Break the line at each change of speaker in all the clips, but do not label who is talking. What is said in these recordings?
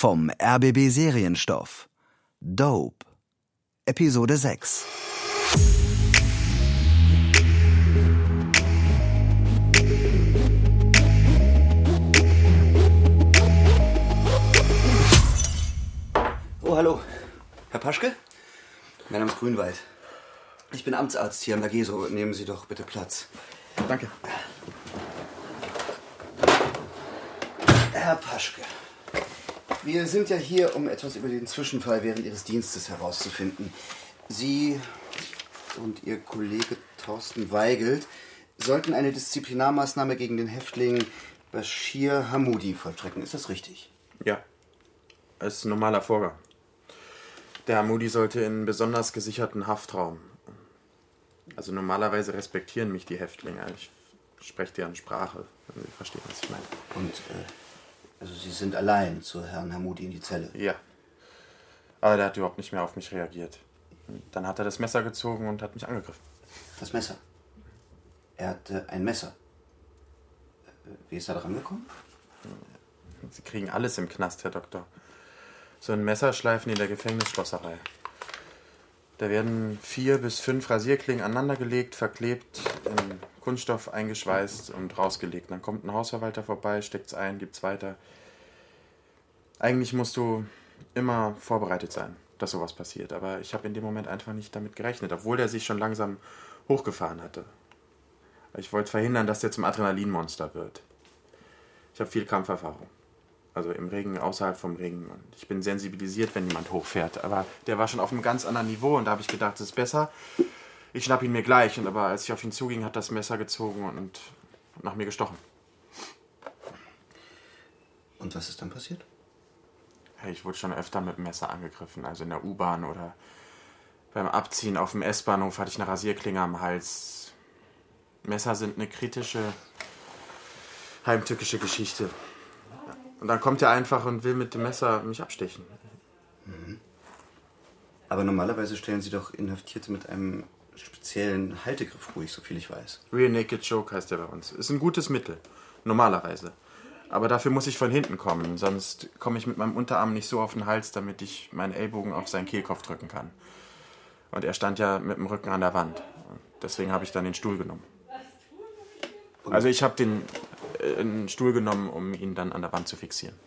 Vom RBB Serienstoff. Dope. Episode 6. Oh, hallo. Herr Paschke? Mein Name ist Grünwald. Ich bin Amtsarzt hier am Lageso. Nehmen Sie doch bitte Platz.
Danke.
Herr Paschke, wir sind ja hier, um etwas über den Zwischenfall während Ihres Dienstes herauszufinden. Sie und Ihr Kollege Thorsten Weigelt sollten eine Disziplinarmaßnahme gegen den Häftling Bashir Hamoudi vollstrecken. Ist das richtig?
Ja. Es ist ein normaler Vorgang. Der Hamudi sollte in besonders gesicherten Haftraum. Also normalerweise respektieren mich die Häftlinge. Ich spreche deren Sprache. wenn Sie verstehen, was ich meine.
Und äh, also Sie sind allein zu Herrn Hamoudi in die Zelle.
Ja. Aber der hat überhaupt nicht mehr auf mich reagiert. Dann hat er das Messer gezogen und hat mich angegriffen.
Das Messer. Er hatte ein Messer. Äh, Wie ist er dran gekommen?
Sie kriegen alles im Knast, Herr Doktor. So ein Messer schleifen die in der Gefängnisschlosserei. Da werden vier bis fünf Rasierklingen aneinandergelegt, verklebt, in Kunststoff eingeschweißt und rausgelegt. Dann kommt ein Hausverwalter vorbei, steckt's ein, gibt's weiter. Eigentlich musst du immer vorbereitet sein, dass sowas passiert. Aber ich habe in dem Moment einfach nicht damit gerechnet, obwohl der sich schon langsam hochgefahren hatte. Ich wollte verhindern, dass der zum Adrenalinmonster wird. Ich habe viel Kampferfahrung. Also im Regen, außerhalb vom Regen. Und ich bin sensibilisiert, wenn jemand hochfährt. Aber der war schon auf einem ganz anderen Niveau und da habe ich gedacht, es ist besser. Ich schnapp ihn mir gleich. Und aber als ich auf ihn zuging, hat das Messer gezogen und nach mir gestochen.
Und was ist dann passiert?
Hey, Ich wurde schon öfter mit dem Messer angegriffen. Also in der U-Bahn oder beim Abziehen auf dem S-Bahnhof hatte ich eine Rasierklinge am Hals. Messer sind eine kritische, heimtückische Geschichte. Und dann kommt er einfach und will mit dem Messer mich abstechen.
Aber normalerweise stellen Sie doch Inhaftierte mit einem speziellen Haltegriff ruhig, soviel ich weiß.
Real Naked Joke heißt der bei uns. Ist ein gutes Mittel. Normalerweise. Aber dafür muss ich von hinten kommen, sonst komme ich mit meinem Unterarm nicht so auf den Hals, damit ich meinen Ellbogen auf seinen Kehlkopf drücken kann. Und er stand ja mit dem Rücken an der Wand. Und deswegen habe ich dann den Stuhl genommen. Also ich habe den äh, einen Stuhl genommen, um ihn dann an der Wand zu fixieren.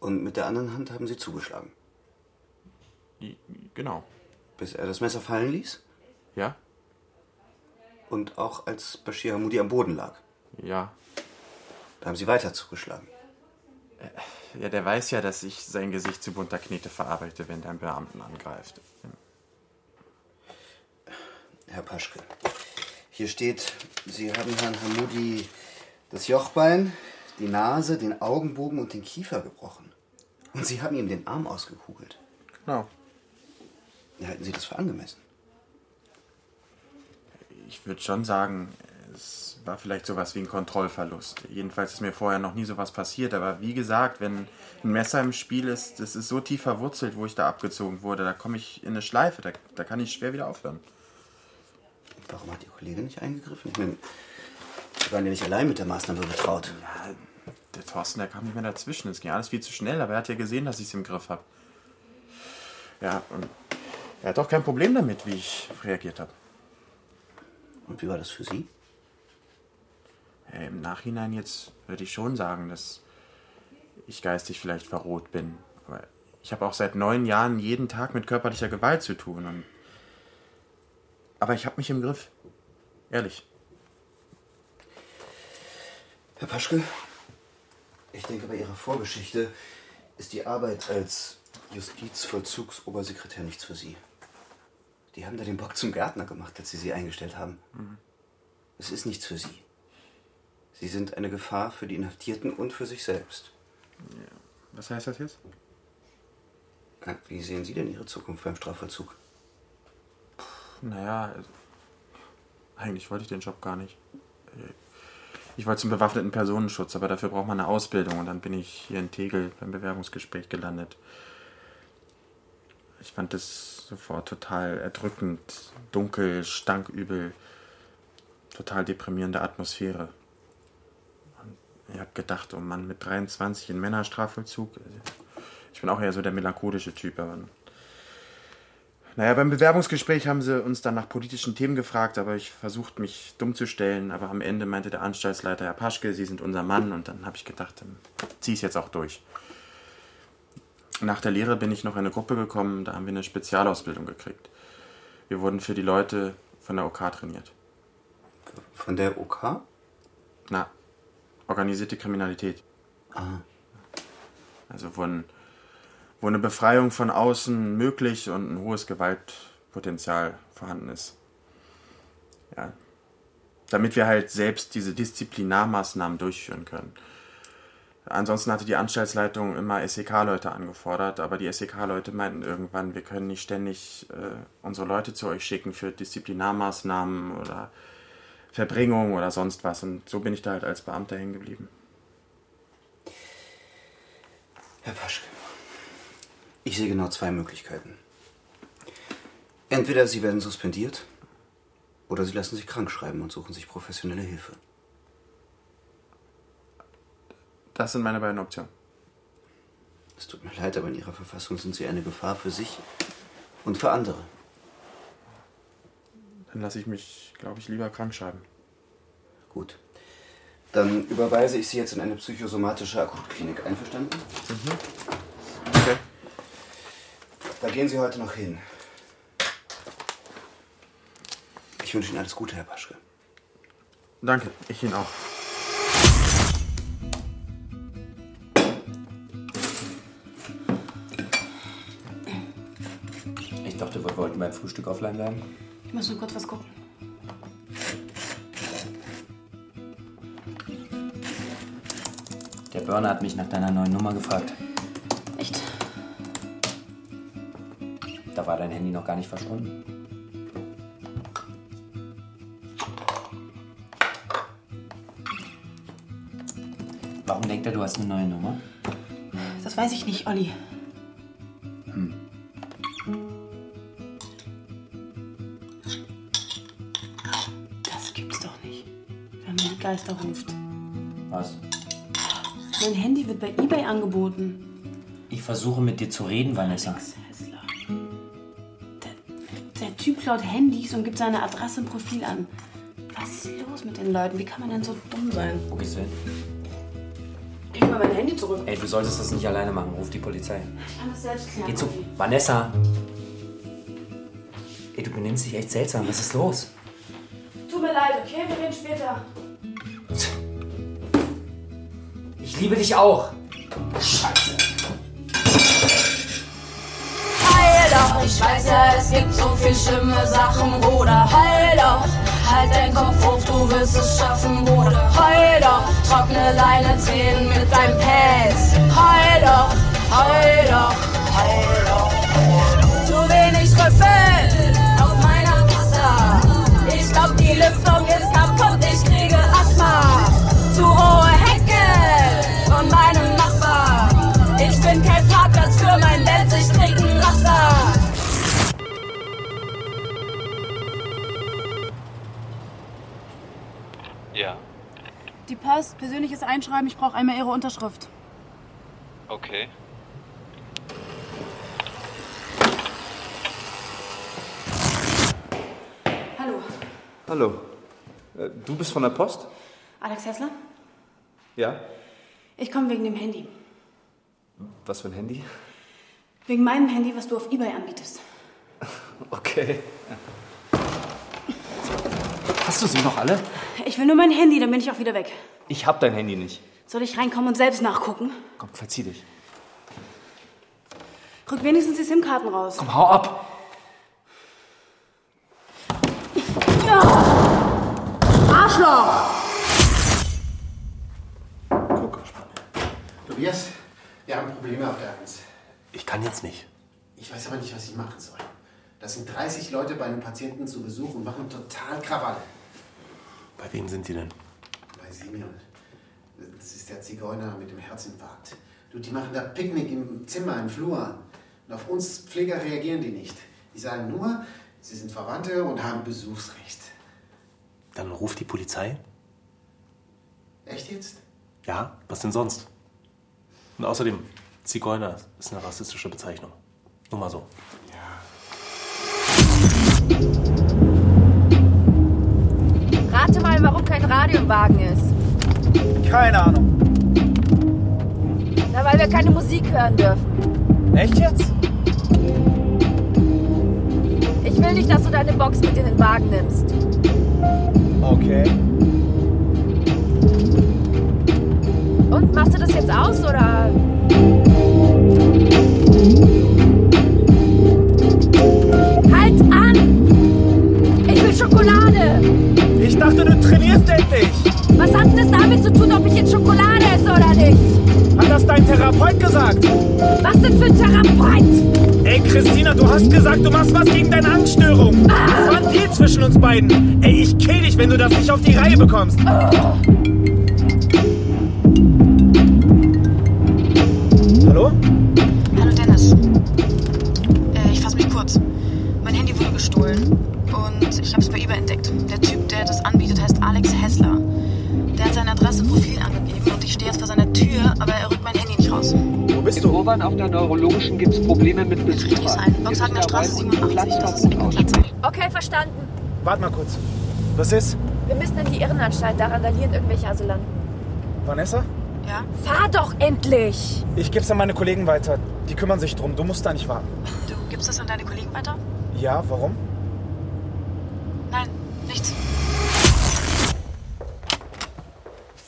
Und mit der anderen Hand haben Sie zugeschlagen,
I- Genau.
bis er das Messer fallen ließ
Ja?
und auch als Bashir Hamoudi am Boden lag.
Ja.
Da haben Sie weiter zugeschlagen.
Ja, der weiß ja, dass ich sein Gesicht zu bunter Knete verarbeite, wenn der einen Beamten angreift.
Herr Paschke, hier steht, Sie haben Herrn Hamoudi das Jochbein, die Nase, den Augenbogen und den Kiefer gebrochen. Und Sie haben ihm den Arm ausgekugelt.
Genau.
Halten Sie das für angemessen?
Ich würde schon sagen, es war vielleicht sowas wie ein Kontrollverlust. Jedenfalls ist mir vorher noch nie sowas passiert. Aber wie gesagt, wenn ein Messer im Spiel ist, das ist so tief verwurzelt, wo ich da abgezogen wurde, da komme ich in eine Schleife, da, da kann ich schwer wieder aufhören.
Warum hat Ihr Kollege nicht eingegriffen? Ich meine, Sie waren ja nicht allein mit der Maßnahme betraut.
Ja, Ah, der Thorsten, der kam nicht mehr dazwischen. Es ging alles viel zu schnell, aber er hat ja gesehen, dass ich es im Griff habe. Ja, und er hat auch kein Problem damit, wie ich reagiert habe.
Und wie war das für Sie?
Äh, Im Nachhinein jetzt würde ich schon sagen, dass ich geistig vielleicht verroht bin. Aber ich habe auch seit neun Jahren jeden Tag mit körperlicher Gewalt zu tun. Und aber ich habe mich im Griff. Ehrlich.
Herr Paschke, ich denke, bei Ihrer Vorgeschichte ist die Arbeit als Justizvollzugsobersekretär nichts für Sie. Die haben da den Bock zum Gärtner gemacht, als Sie sie eingestellt haben. Es ist nichts für Sie. Sie sind eine Gefahr für die Inhaftierten und für sich selbst.
Was heißt das jetzt?
Na, Wie sehen Sie denn Ihre Zukunft beim Strafvollzug?
Naja, also, eigentlich wollte ich den Job gar nicht. Äh, Ich wollte zum bewaffneten Personenschutz, aber dafür braucht man eine Ausbildung. Und dann bin ich hier in Tegel beim Bewerbungsgespräch gelandet. Ich fand das sofort total erdrückend, dunkel, stankübel, total deprimierende Atmosphäre. Und ich habe gedacht, oh Mann, mit 23 in Männerstrafvollzug. äh, Ich bin auch eher so der melancholische Typ, aber. Naja, beim Bewerbungsgespräch haben sie uns dann nach politischen Themen gefragt, aber ich versucht mich dumm zu stellen. Aber am Ende meinte der Anstaltsleiter, Herr Paschke, Sie sind unser Mann. Und dann habe ich gedacht, dann zieh es jetzt auch durch. Nach der Lehre bin ich noch in eine Gruppe gekommen, da haben wir eine Spezialausbildung gekriegt. Wir wurden für die Leute von der OK trainiert.
Von der OK?
Na, organisierte Kriminalität. Also wurden, wo eine Befreiung von außen möglich und ein hohes Gewaltpotenzial vorhanden ist. Ja. Damit wir halt selbst diese Disziplinarmaßnahmen durchführen können. Ansonsten hatte die Anstaltsleitung immer SEK-Leute angefordert, aber die SEK-Leute meinten irgendwann, wir können nicht ständig äh, unsere Leute zu euch schicken für Disziplinarmaßnahmen oder Verbringung oder sonst was. Und so bin ich da halt als Beamter hängen geblieben.
Herr Paschke, ich sehe genau zwei Möglichkeiten. Entweder Sie werden suspendiert oder Sie lassen sich krank schreiben und suchen sich professionelle Hilfe.
Das sind meine beiden Optionen.
Es tut mir leid, aber in Ihrer Verfassung sind Sie eine Gefahr für sich und für andere.
Dann lasse ich mich, glaube ich, lieber krank schreiben.
Gut. Dann überweise ich Sie jetzt in eine psychosomatische Akutklinik. Einverstanden?
Okay.
Da gehen Sie heute noch hin. Ich wünsche Ihnen alles Gute, Herr Paschke.
Danke, ich Ihnen auch.
Ich dachte, wir wollten beim Frühstück offline bleiben.
Ich muss nur kurz was gucken.
Der Burner hat mich nach deiner neuen Nummer gefragt.
Echt?
Da war dein Handy noch gar nicht verschwunden. Warum denkt er, du hast eine neue Nummer?
Das weiß ich nicht, Olli. Das gibt's doch nicht. Wenn mein Geister ruft.
Was?
Mein Handy wird bei Ebay angeboten.
Ich versuche mit dir zu reden, Vanessa.
Tesla. Der, der Typ klaut Handys und gibt seine Adresse im Profil an. Was ist los mit den Leuten? Wie kann man denn so dumm sein?
Wo gehst du hin?
Gib mal mein Handy zurück.
Ey, du solltest das nicht alleine machen. Ruf die Polizei.
Ich kann das selbst klären.
Geh zu
Olli.
Vanessa. Ey, du benimmst dich echt seltsam. Was ist los?
Tut mir leid, okay? Wir reden später.
Ich liebe dich auch. Scheiße.
Heil doch, ich weiß ja, es gibt so viel schlimme Sachen, Bruder. Heil doch, halt deinen Kopf hoch, du wirst es schaffen, Bruder. Heil doch, trockne deine Tränen mit deinem Pads. Heil doch, heil doch, heil doch. Zu wenig Trüffel auf meiner Pasta. Ich glaub, die Lüftung ist kaputt, ich kriege Asthma. Zu hohe Hecke von meinem Nachbar. Ich bin kein Parkplatz für mein Netz, ich trinke ein Raster.
Ja,
Die Post, persönliches Einschreiben, ich brauche einmal Ihre Unterschrift.
okay.
Hallo,
Hallo. Äh, Du bist von der Post?
Alex Hessler?
Ja.
Ich komme wegen dem Handy.
Was für ein Handy?
Wegen meinem Handy, was du auf Ebay anbietest.
Okay. Hast du sie noch alle?
Ich will nur mein Handy, dann bin ich auch wieder weg.
Ich hab dein Handy nicht.
Soll ich reinkommen und selbst nachgucken?
Komm, verzieh dich.
Rück wenigstens die SIM-Karten raus.
Komm, hau ab!
Tobias, wir haben Probleme auf der Eins.
Ich kann jetzt nicht.
Ich weiß aber nicht, was ich machen soll. Das sind 30 Leute bei einem Patienten zu Besuch und machen total Krawalle.
Bei wem sind die denn?
Bei Simeon. Das ist der Zigeuner mit dem Herzinfarkt. Du, die machen da Picknick im Zimmer, im Flur. Und auf uns Pfleger reagieren die nicht. Die sagen nur, sie sind Verwandte und haben Besuchsrecht.
Dann ruft die Polizei?
Echt jetzt?
Ja, was denn sonst? Und außerdem, Zigeuner ist eine rassistische Bezeichnung. Nur mal so.
Rate mal, warum kein Radio im Wagen ist.
Keine Ahnung.
Na, weil wir keine Musik hören dürfen.
Echt jetzt?
Ich will nicht, dass du deine Box mit in den Wagen nimmst.
Okay.
Und machst du das jetzt aus oder? Halt an! Ich will Schokolade!
Ich dachte, du trainierst endlich.
Was hat denn das damit zu tun, ob ich jetzt Schokolade esse oder nicht?
Hat das dein Therapeut gesagt?
Was denn für ein Therapeut?
Ey, Christina, du hast gesagt, du machst was gegen deine Angststörung. Das war ein Deal zwischen uns beiden. Ey, ich kill dich, wenn du das nicht auf die Reihe bekommst. Hallo?
Hallo Dennis. Äh, ich fasse mich kurz. Mein Handy wurde gestohlen und ich habe es bei eBay entdeckt. Der Typ, der das anbietet, heißt Alex Hessler. Der hat seine Adresse im Profil angegeben und ich stehe jetzt vor seiner Tür, aber er rückt mein Handy nicht raus.
Wo bist du? Im Urban auf der Neurologischen gibt es Probleme mit Besuchern.
Volkshagener Straße 87, das ist Eckplatz.
Okay, verstanden.
Warte mal kurz. Was ist?
Wir müssen in die Irrenanstalt, da randalieren irgendwelche Asylanten.
Vanessa?
Ja?
Fahr doch endlich!
Ich geb's an meine Kollegen weiter. Die kümmern sich drum. Du musst da nicht warten.
Du gibst das an deine Kollegen weiter?
Ja, warum?
Nein, nichts.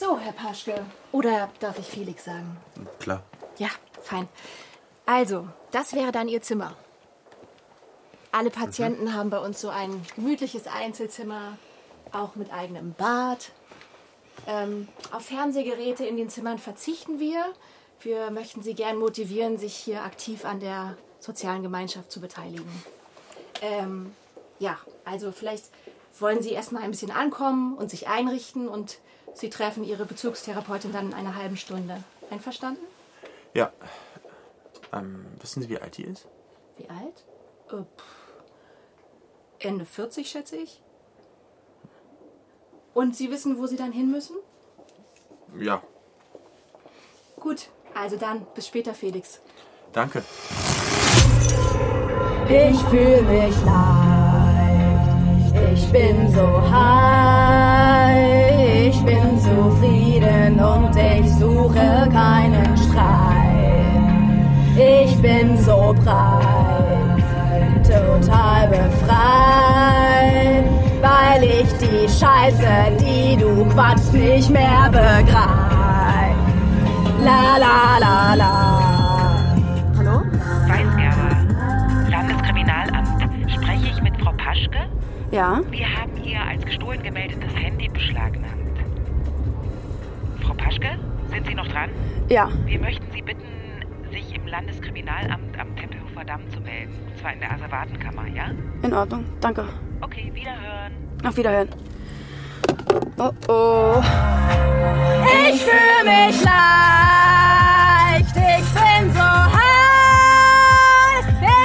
So, Herr Paschke. Oder darf ich Felix sagen?
Klar.
Ja, fein. Also, das wäre dann Ihr Zimmer. Alle Patienten haben bei uns so ein gemütliches Einzelzimmer, auch mit eigenem Bad. Ähm, auf Fernsehgeräte in den Zimmern verzichten wir. Wir möchten Sie gern motivieren, sich hier aktiv an der sozialen Gemeinschaft zu beteiligen. Ähm, ja, also vielleicht wollen Sie erstmal ein bisschen ankommen und sich einrichten und Sie treffen Ihre Bezugstherapeutin dann in einer halben Stunde. Einverstanden?
Ja. Ähm, wissen Sie, wie alt die ist?
Wie alt? Äh, pff, Ende 40, schätze ich. Und Sie wissen, wo Sie dann hin müssen?
Ja.
Gut, also dann, bis später, Felix.
Danke.
Ich fühle mich leicht, ich bin so high, ich bin zufrieden und ich suche keinen Streit. Ich bin so breit, total befreit, weil ich die Scheiße, die du quatschst, nicht mehr begreif. La la la la.
Hallo?
Weißgerber, Landeskriminalamt. Spreche ich mit Frau Paschke?
Ja?
Wir haben ihr als gestohlen gemeldetes Handy beschlagnahmt. Frau Paschke, sind Sie noch dran?
Ja.
Wir möchten Sie bitten, sich im Landeskriminalamt am Tempelhofer Damm zu melden. Und zwar in der Asservatenkammer, ja?
In Ordnung, danke.
Okay, wiederhören.
Auf Wiederhören. Oh oh.
Ich fühle mich leicht, ich bin so high,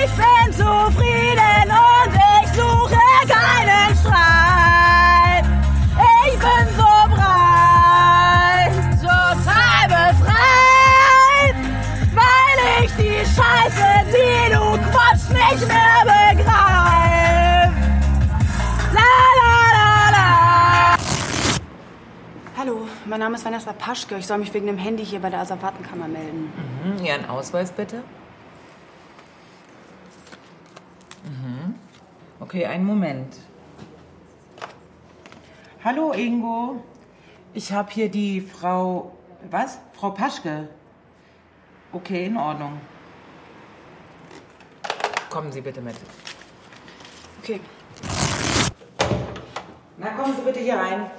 ich bin zufrieden und ich suche keinen Streit. Ich bin so breit, total befreit, weil ich die Scheiße, die du quatschst, nicht mehr begreif. La la la la.
Hallo, mein Name ist Vanessa Paschke. Ich soll mich wegen dem Handy hier bei der Asservatenkammer melden.
Mhm, Ihren Ausweis bitte. Mhm. Okay, einen Moment. Hallo Ingo. Ich habe hier die Frau. Was? Frau Paschke. Okay, in Ordnung. Kommen Sie bitte mit.
Okay.
Na, kommen Sie bitte hier rein.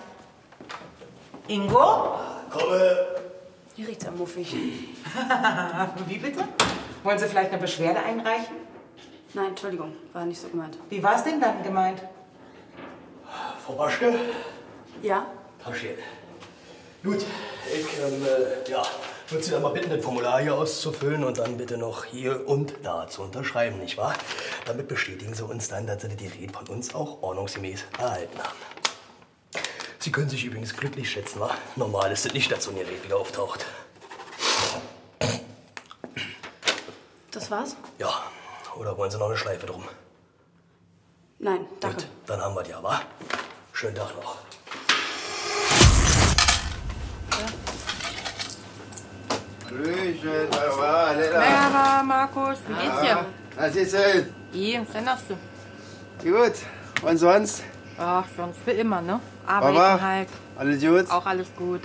Ingo? Komme.
Hier riecht's am Muffig.
Wie bitte? Wollen Sie vielleicht eine Beschwerde einreichen?
Nein, Entschuldigung, war nicht so gemeint.
Wie war es denn dann gemeint?
Frau Paschke,
Ja?
Paschke. Gut, ich ähm, äh, ja, würde Sie dann mal bitten, das Formular hier auszufüllen und dann bitte noch hier und da zu unterschreiben, nicht wahr? Damit bestätigen Sie uns dann, dass Sie das Gerät von uns auch ordnungsgemäß erhalten haben. Sie können sich übrigens glücklich schätzen, wa? Normal ist es nicht, dass so ein Gerät wieder auftaucht.
Das war's?
Ja, oder wollen Sie noch eine Schleife drum?
Nein, danke.
Dann haben wir die aber. Schönen Tag noch.
Grüße, Sarah, Lena.
Merhaba, Markus. Wie geht's dir?
Was ist denn?
Eh, was änderst du?
Gut. Und sonst?
Ach, sonst wie immer, ne? Arbeiten
Baba,
halt.
alles gut?
Auch alles gut.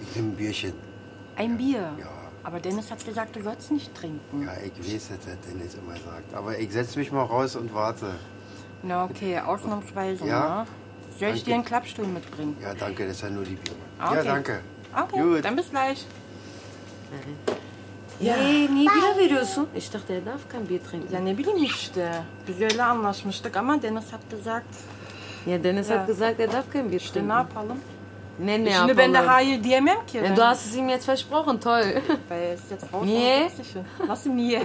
Ich nehme ein Bierchen.
Ein Bier. Aber Dennis hat gesagt, du sollst nicht trinken.
Ja, ich weiß, dass der Dennis immer sagt. Aber ich setze mich mal raus und warte.
Na, okay, ausnahmsweise,
Ja.
ne? Soll ich
Danke.
dir einen Klappstuhl mitbringen?
Ja, danke, das ist ja nur die Bier.
Ah,
Ja,
okay.
danke.
Okay,
Gut.
dann bis gleich.
Ja.
Hey, nie wieder veriyorsun. Mhm. Ich dachte, er darf kein Bier trinken. Ja, ne bileyim işte. Biz öyle anlaşmıştık ama Deniz hat gesagt.
Ya Deniz
Ja.
hat gesagt, er darf kein Bier
İşte ne
trinken.
yapalım?
Ne, ne
Şimdi ben de
yapalım?
hayır diyemem ki.
Ja, du hast es ihm jetzt versprochen, toll.
Weil es jetzt raus
Niye?
Nasıl niye?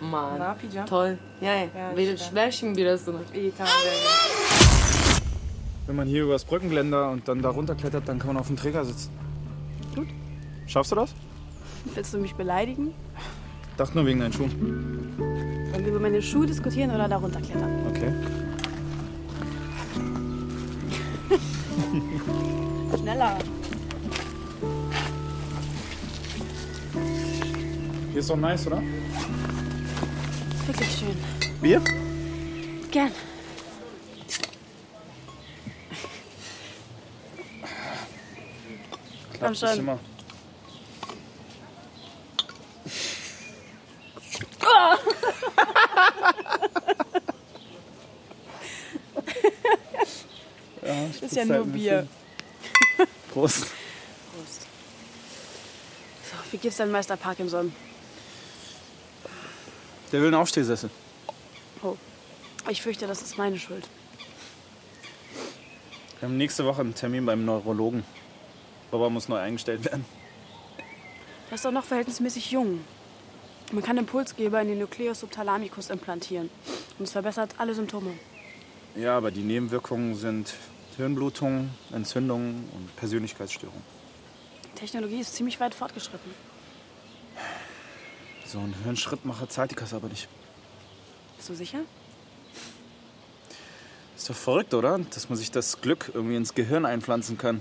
Mann.
Ne yapacağım?
Toll. Ja, ja. Ver, ver şimdi birazını.
İyi tamam.
Wenn man hier übers Brückengeländer und dann da runterklettert, dann kann man auf dem Träger sitzen.
Gut.
Schaffst du das?
Willst du mich beleidigen?
Dachte nur wegen deinen Schuhen.
Wollen wir über meine Schuhe diskutieren oder darunter klettern?
Okay.
Schneller.
Hier ist doch nice, oder?
Wirklich schön.
Bier?
Gern. Komm
Klappt das
schon.
immer. Ja,
Ist
ich
ja
putze halt
nur
ein
Bier.
bisschen. Prost.
Prost. So, wie geht's deinem Meister Parkinson?
Der will einen Aufstehsessel.
Oh. Ich fürchte, das ist meine Schuld.
Wir haben nächste Woche einen Termin beim Neurologen. Baba muss neu eingestellt werden.
Er ist doch noch verhältnismäßig jung. Man kann Impulsgeber in den Nucleus subthalamicus implantieren. Und es verbessert alle Symptome.
Ja, aber die Nebenwirkungen sind Hirnblutungen, Entzündungen und Persönlichkeitsstörungen.
Die Technologie ist ziemlich weit fortgeschritten.
So ein Hirnschrittmacher zahlt die Kasse aber nicht.
Bist du sicher?
Ist doch verrückt, oder? Dass man sich das Glück irgendwie ins Gehirn einpflanzen kann.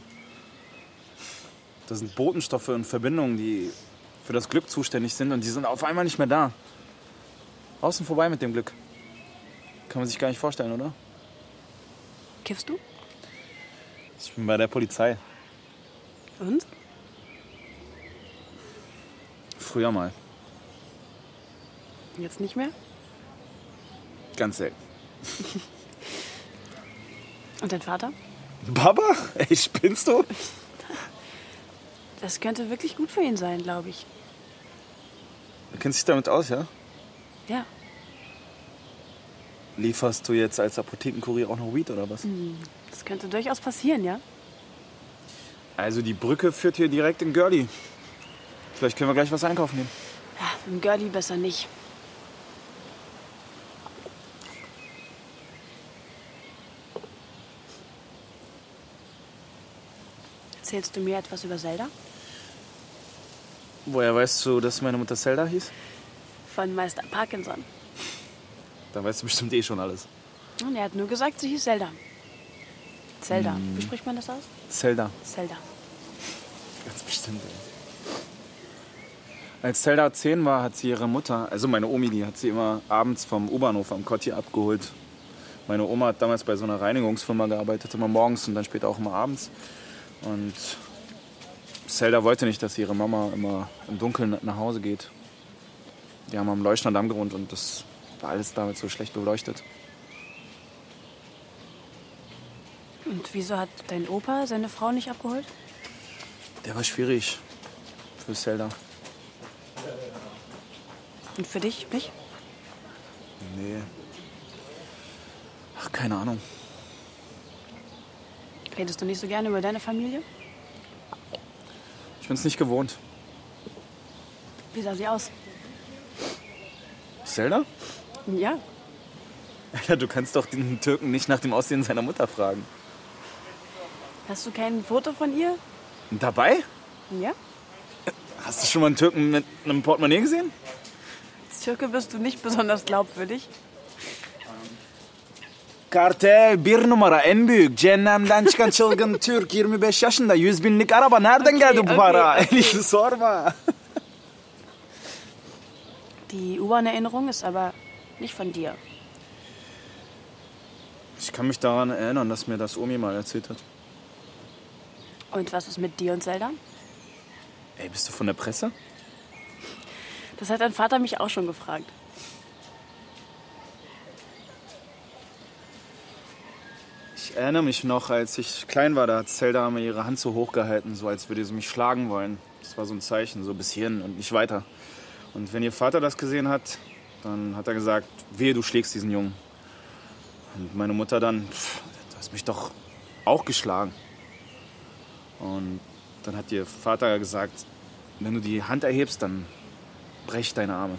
Das sind Botenstoffe und Verbindungen, die für das Glück zuständig sind und die sind auf einmal nicht mehr da. Außen vorbei mit dem Glück. Kann man sich gar nicht vorstellen, oder?
Kiffst du?
Ich bin bei der Polizei.
Und?
Früher mal.
Jetzt nicht mehr?
Ganz selten.
Und dein Vater?
Baba? Ey, spinnst du?
Das könnte wirklich gut für ihn sein, glaube ich.
Du kennst dich damit aus, ja?
Ja.
Lieferst du jetzt als Apothekenkurier auch noch Weed oder was?
Hm, Das könnte durchaus passieren, ja?
Also die Brücke führt hier direkt in Görli. Vielleicht können wir gleich was einkaufen gehen.
ja Im Girlie besser nicht. Erzählst du mir etwas über Zelda?
Woher weißt du, dass meine Mutter Zelda hieß?
Von Meister Parkinson.
Dann weißt du bestimmt eh schon alles.
Und er hat nur gesagt, sie hieß Zelda. Zelda.
Hm.
Wie spricht man das aus?
Zelda.
Zelda.
Ganz bestimmt. Als Zelda 10 war, hat sie ihre Mutter, also meine Omi, die hat sie immer abends vom U-Bahnhof am Kotti abgeholt. Meine Oma hat damals bei so einer Reinigungsfirma gearbeitet, immer morgens und dann später auch immer abends. Und Zelda wollte nicht, dass ihre Mama immer im Dunkeln nach Hause geht. Die haben am Leuchtner Damm gewohnt und das war alles damals so schlecht beleuchtet.
Und wieso hat dein Opa seine Frau nicht abgeholt?
Der war schwierig für Zelda.
Und für dich nicht?
Nee. Ach, keine Ahnung.
Redest du nicht so gerne über deine Familie?
Ich bin's nicht gewohnt.
Wie sah sie aus?
Zelda?
Ja,
Ja, du kannst doch den Türken nicht nach dem Aussehen seiner Mutter fragen.
Hast du kein Foto von ihr?
Und dabei?
Ja?
Hast du schon mal einen Türken mit einem Portemonnaie gesehen?
Bezirke bist du nicht besonders glaubwürdig.
Kartel bir numara en büyük cehennemden çıkan çılgın Türk 25 yaşında 100 binlik araba nereden geldi bu para? sorma.
Die U-Bahn-Erinnerung ist aber nicht von dir.
Ich kann mich daran erinnern, dass mir das Omi mal erzählt hat.
Und was ist mit dir und Zelda?
Ey, bist du von der Presse?
Das hat dein Vater mich auch schon gefragt.
Ich erinnere mich noch, als ich klein war, da hat Zelda mir ihre Hand so hoch gehalten, so als würde sie mich schlagen wollen. Das war so ein Zeichen, so bis hierhin und nicht weiter. Und wenn ihr Vater das gesehen hat, dann hat er gesagt, wehe, du schlägst diesen Jungen. Und meine Mutter dann, pff, du hast mich doch auch geschlagen. Und dann hat ihr Vater gesagt, wenn du die Hand erhebst, dann brech deine Arme.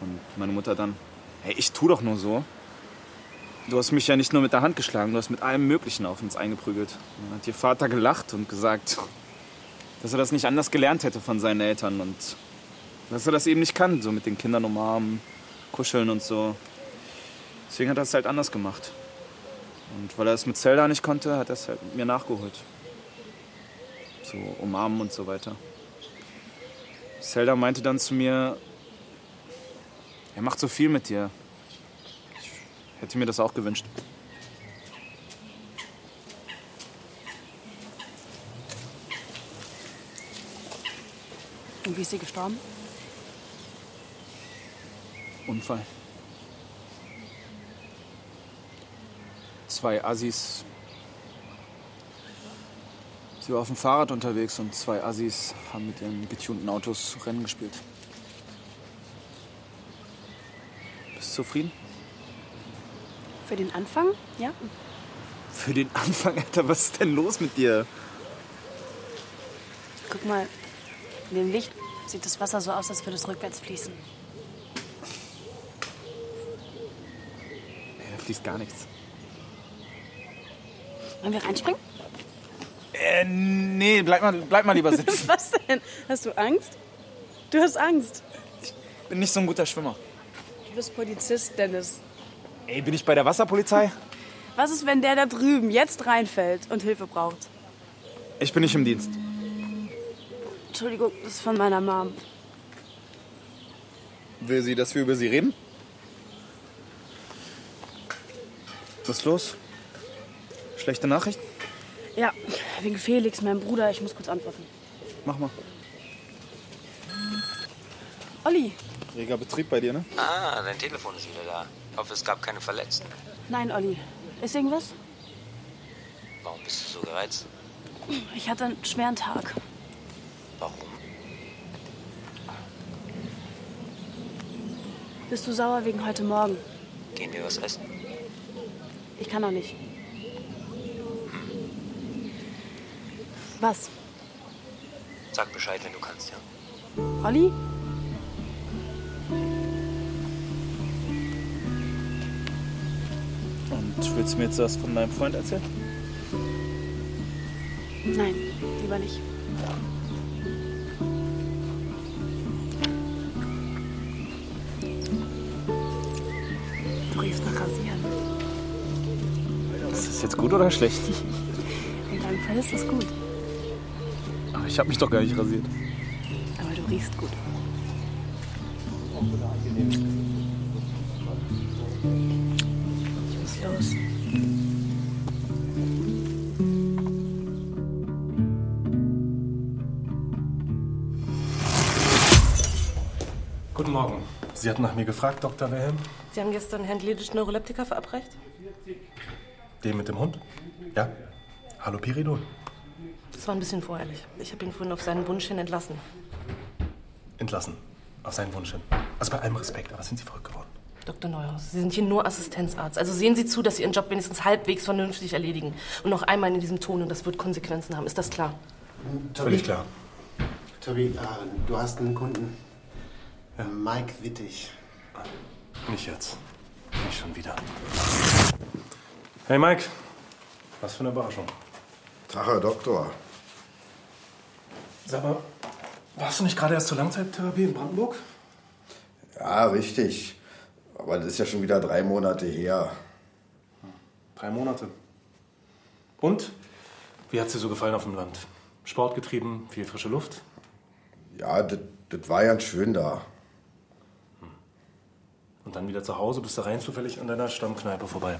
Und meine Mutter dann, hey, ich tu doch nur so. Du hast mich ja nicht nur mit der Hand geschlagen, du hast mit allem Möglichen auf uns eingeprügelt. Und dann hat ihr Vater gelacht und gesagt, dass er das nicht anders gelernt hätte von seinen Eltern und dass er das eben nicht kann, so mit den Kindern umarmen, kuscheln und so. Deswegen hat er es halt anders gemacht. Und weil er es mit Zelda nicht konnte, hat er es halt mit mir nachgeholt. So umarmen und so weiter. Zelda meinte dann zu mir, er macht so viel mit dir. Ich hätte mir das auch gewünscht.
Und wie ist sie gestorben?
Unfall. Zwei Assis. Sie war auf dem Fahrrad unterwegs und zwei Assis haben mit ihren getunten Autos Rennen gespielt. Bist du zufrieden?
Für den Anfang? Ja?
Für den Anfang, Alter, was ist denn los mit dir?
Guck mal, in dem Licht sieht das Wasser so aus, als würde es rückwärts fließen.
Da fließt gar nichts.
Wollen wir reinspringen?
Äh, nee, bleib mal, bleib mal lieber sitzen.
Was denn? Hast du Angst? Du hast Angst.
Bin nicht so ein guter Schwimmer.
Du bist Polizist, Dennis.
Ey, bin ich bei der Wasserpolizei?
Was ist, wenn der da drüben jetzt reinfällt und Hilfe braucht?
Ich bin nicht im Dienst.
Entschuldigung, das ist von meiner Mom.
Will sie, dass wir über sie reden? Was ist los? Schlechte Nachricht?
Ja, wegen Felix, meinem Bruder. Ich muss kurz antworten.
Mach mal.
Olli,
Reger Betrieb bei dir, ne?
Ah, dein Telefon ist wieder da. Hoffe, es gab keine Verletzten.
nein, Olli. Ist irgendwas?
Warum bist du so gereizt?
Ich hatte einen schweren Tag.
Warum?
Bist du sauer wegen heute Morgen?
Gehen wir was essen?
Ich kann doch nicht.
Was?
Sag Bescheid, wenn du kannst, ja?
Olli?
Und willst du mir jetzt was von deinem Freund erzählen?
Nein, lieber nicht. Du riechst nach Rasieren.
Ist das jetzt gut oder schlecht?
In deinem Fall ist das gut,
Aber ich habe mich doch gar nicht rasiert.
aber du riechst gut. Ich muss los.
Guten Morgen. Sie hatten nach mir gefragt, Dr. Wilhelm.
Sie haben gestern Herrn Lidisch Neuroleptika verabreicht?
Den mit dem Hund? Ja. Hallo Piridon.
Das war ein bisschen voreilig. Ich habe ihn vorhin auf seinen Wunsch hin entlassen.
Entlassen. Auf seinen Wunsch hin. Also bei allem Respekt, aber sind Sie verrückt geworden?
Dr. Neuhaus, Sie sind hier nur Assistenzarzt. Also sehen Sie zu, dass Sie Ihren Job wenigstens halbwegs vernünftig erledigen. Und noch einmal in diesem Ton und das wird Konsequenzen haben. Ist das klar?
Völlig klar.
Tobi, ah, du hast einen Kunden. Mike Wittig.
Nicht jetzt. Nicht schon wieder. Hey Mike. Was für eine Überraschung.
Tag, Herr Doktor.
Sag mal, warst du nicht gerade erst zur Langzeittherapie in Brandenburg?
Ja, richtig. Aber das ist ja schon wieder drei Monate her.
Drei Monate. Und? Wie hat es dir so gefallen auf dem Land? Sport getrieben, viel frische Luft?
Ja, das war ganz schön da.
Und dann wieder zu Hause bist du rein zufällig an deiner Stammkneipe vorbei.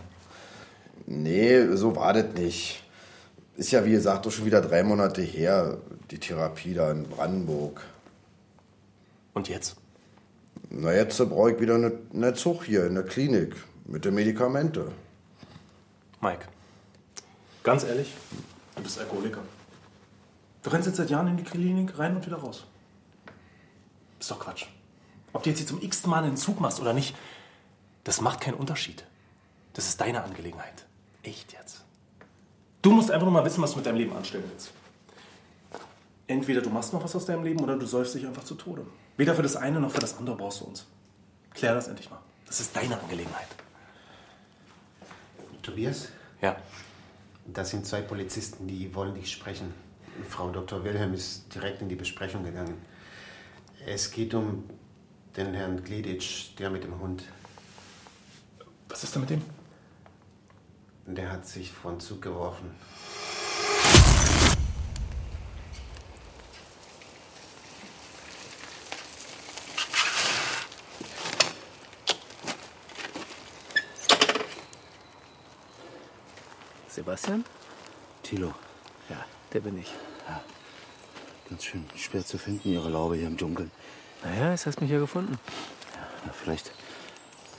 Nee, so war das nicht. Ist ja, wie gesagt, doch schon wieder drei Monate her, die Therapie da in Brandenburg.
Und jetzt?
Na, jetzt brauche ich wieder eine, eine Zug hier in der Klinik mit den Medikamenten.
Mike, ganz ehrlich, du bist Alkoholiker. Du rennst jetzt seit Jahren in die Klinik rein und wieder raus. Ist doch Quatsch. Ob du jetzt hier zum x-ten Mal einen Zug machst oder nicht, das macht keinen Unterschied. Das ist deine Angelegenheit. Echt jetzt. Du musst einfach nur mal wissen, was du mit deinem Leben anstellen willst. Entweder du machst noch was aus deinem Leben oder du säufst dich einfach zu Tode. Weder für das eine noch für das andere brauchst du uns. Klär das endlich mal. Das ist deine Angelegenheit.
Tobias?
Ja.
Das sind zwei Polizisten, die wollen dich sprechen. Frau Dr. Wilhelm ist direkt in die Besprechung gegangen. Es geht um den Herrn Gleditsch, der mit dem Hund.
Was ist da mit dem?
Der hat sich von Zug geworfen.
Sebastian?
Thilo,
Ja, der bin ich.
ganz schön schwer zu finden, Ihre Laube hier im Dunkeln.
Naja, jetzt hast du mich hier gefunden.
Na, vielleicht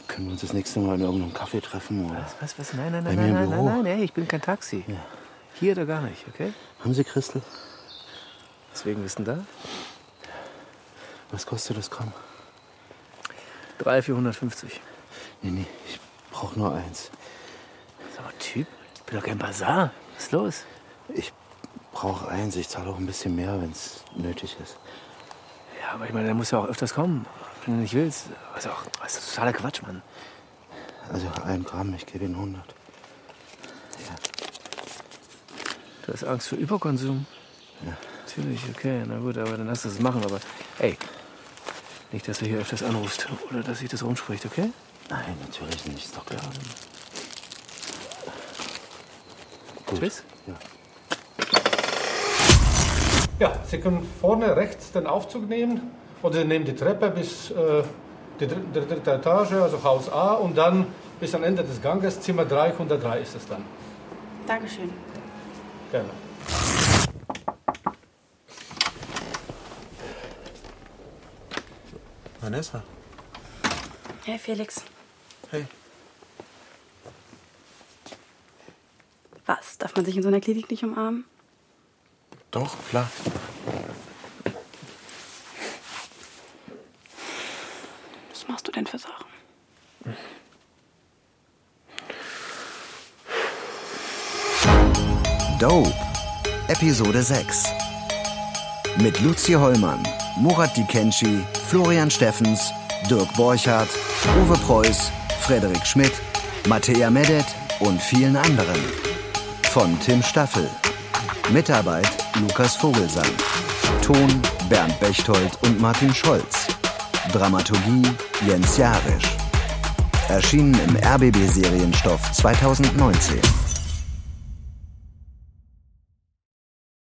können wir uns das nächste Mal in irgendeinem Kaffee treffen. Oder?
Was, was, was? Nein, nein,
Bei
nein,
mir
nein,
im
nein, nein,
Büro.
nein, ey, ich bin kein Taxi. Hier da gar nicht, okay?
Haben Sie Christel?
Deswegen wissen da?
Was kostet das Gramm?
3, 450.
Nee, nee, ich brauch nur eins.
So, Typ, ich bin doch kein Bazar. Was ist los?
Ich brauch eins, ich zahle auch ein bisschen mehr, wenn es nötig ist.
Ja, aber ich meine, der muss ja auch öfters kommen. Wenn du nicht willst. Was auch, das ist totaler Quatsch, Mann.
Also ein Gramm, ich gebe Ihnen 100.
Du hast Angst vor Überkonsum?
Ja.
Natürlich, okay, na gut, aber dann lass das machen. Aber ey, nicht, dass du hier öfters anrufst oder dass sich das rumspricht, okay?
Nein, natürlich nicht, ist doch klar.
Tschüss.
Ja, Sie können vorne rechts den Aufzug nehmen oder Sie nehmen die Treppe bis äh, die dr- dr- dritte Etage, also Haus A und dann bis am Ende des Ganges, Zimmer 303 ist es dann.
Dankeschön.
Gerne.
Vanessa.
Hey, Felix.
Hey.
Was? Darf man sich in so einer Klinik nicht umarmen?
Doch, klar.
Was machst du denn für Sachen?
Dope, Episode 6. Mit Luzi Hollmann, Murat Dikenci, Florian Steffens, Dirk Borchardt, Uwe Preuß, Frederik Schmidt, Mattea Medet und vielen anderen. Von Tim Staffel. Mitarbeit Lukas Vogelsang. Ton Bernd Bechtold und Martin Scholz. Dramaturgie Jens Jarisch. Erschienen im RBB Serienstoff 2019.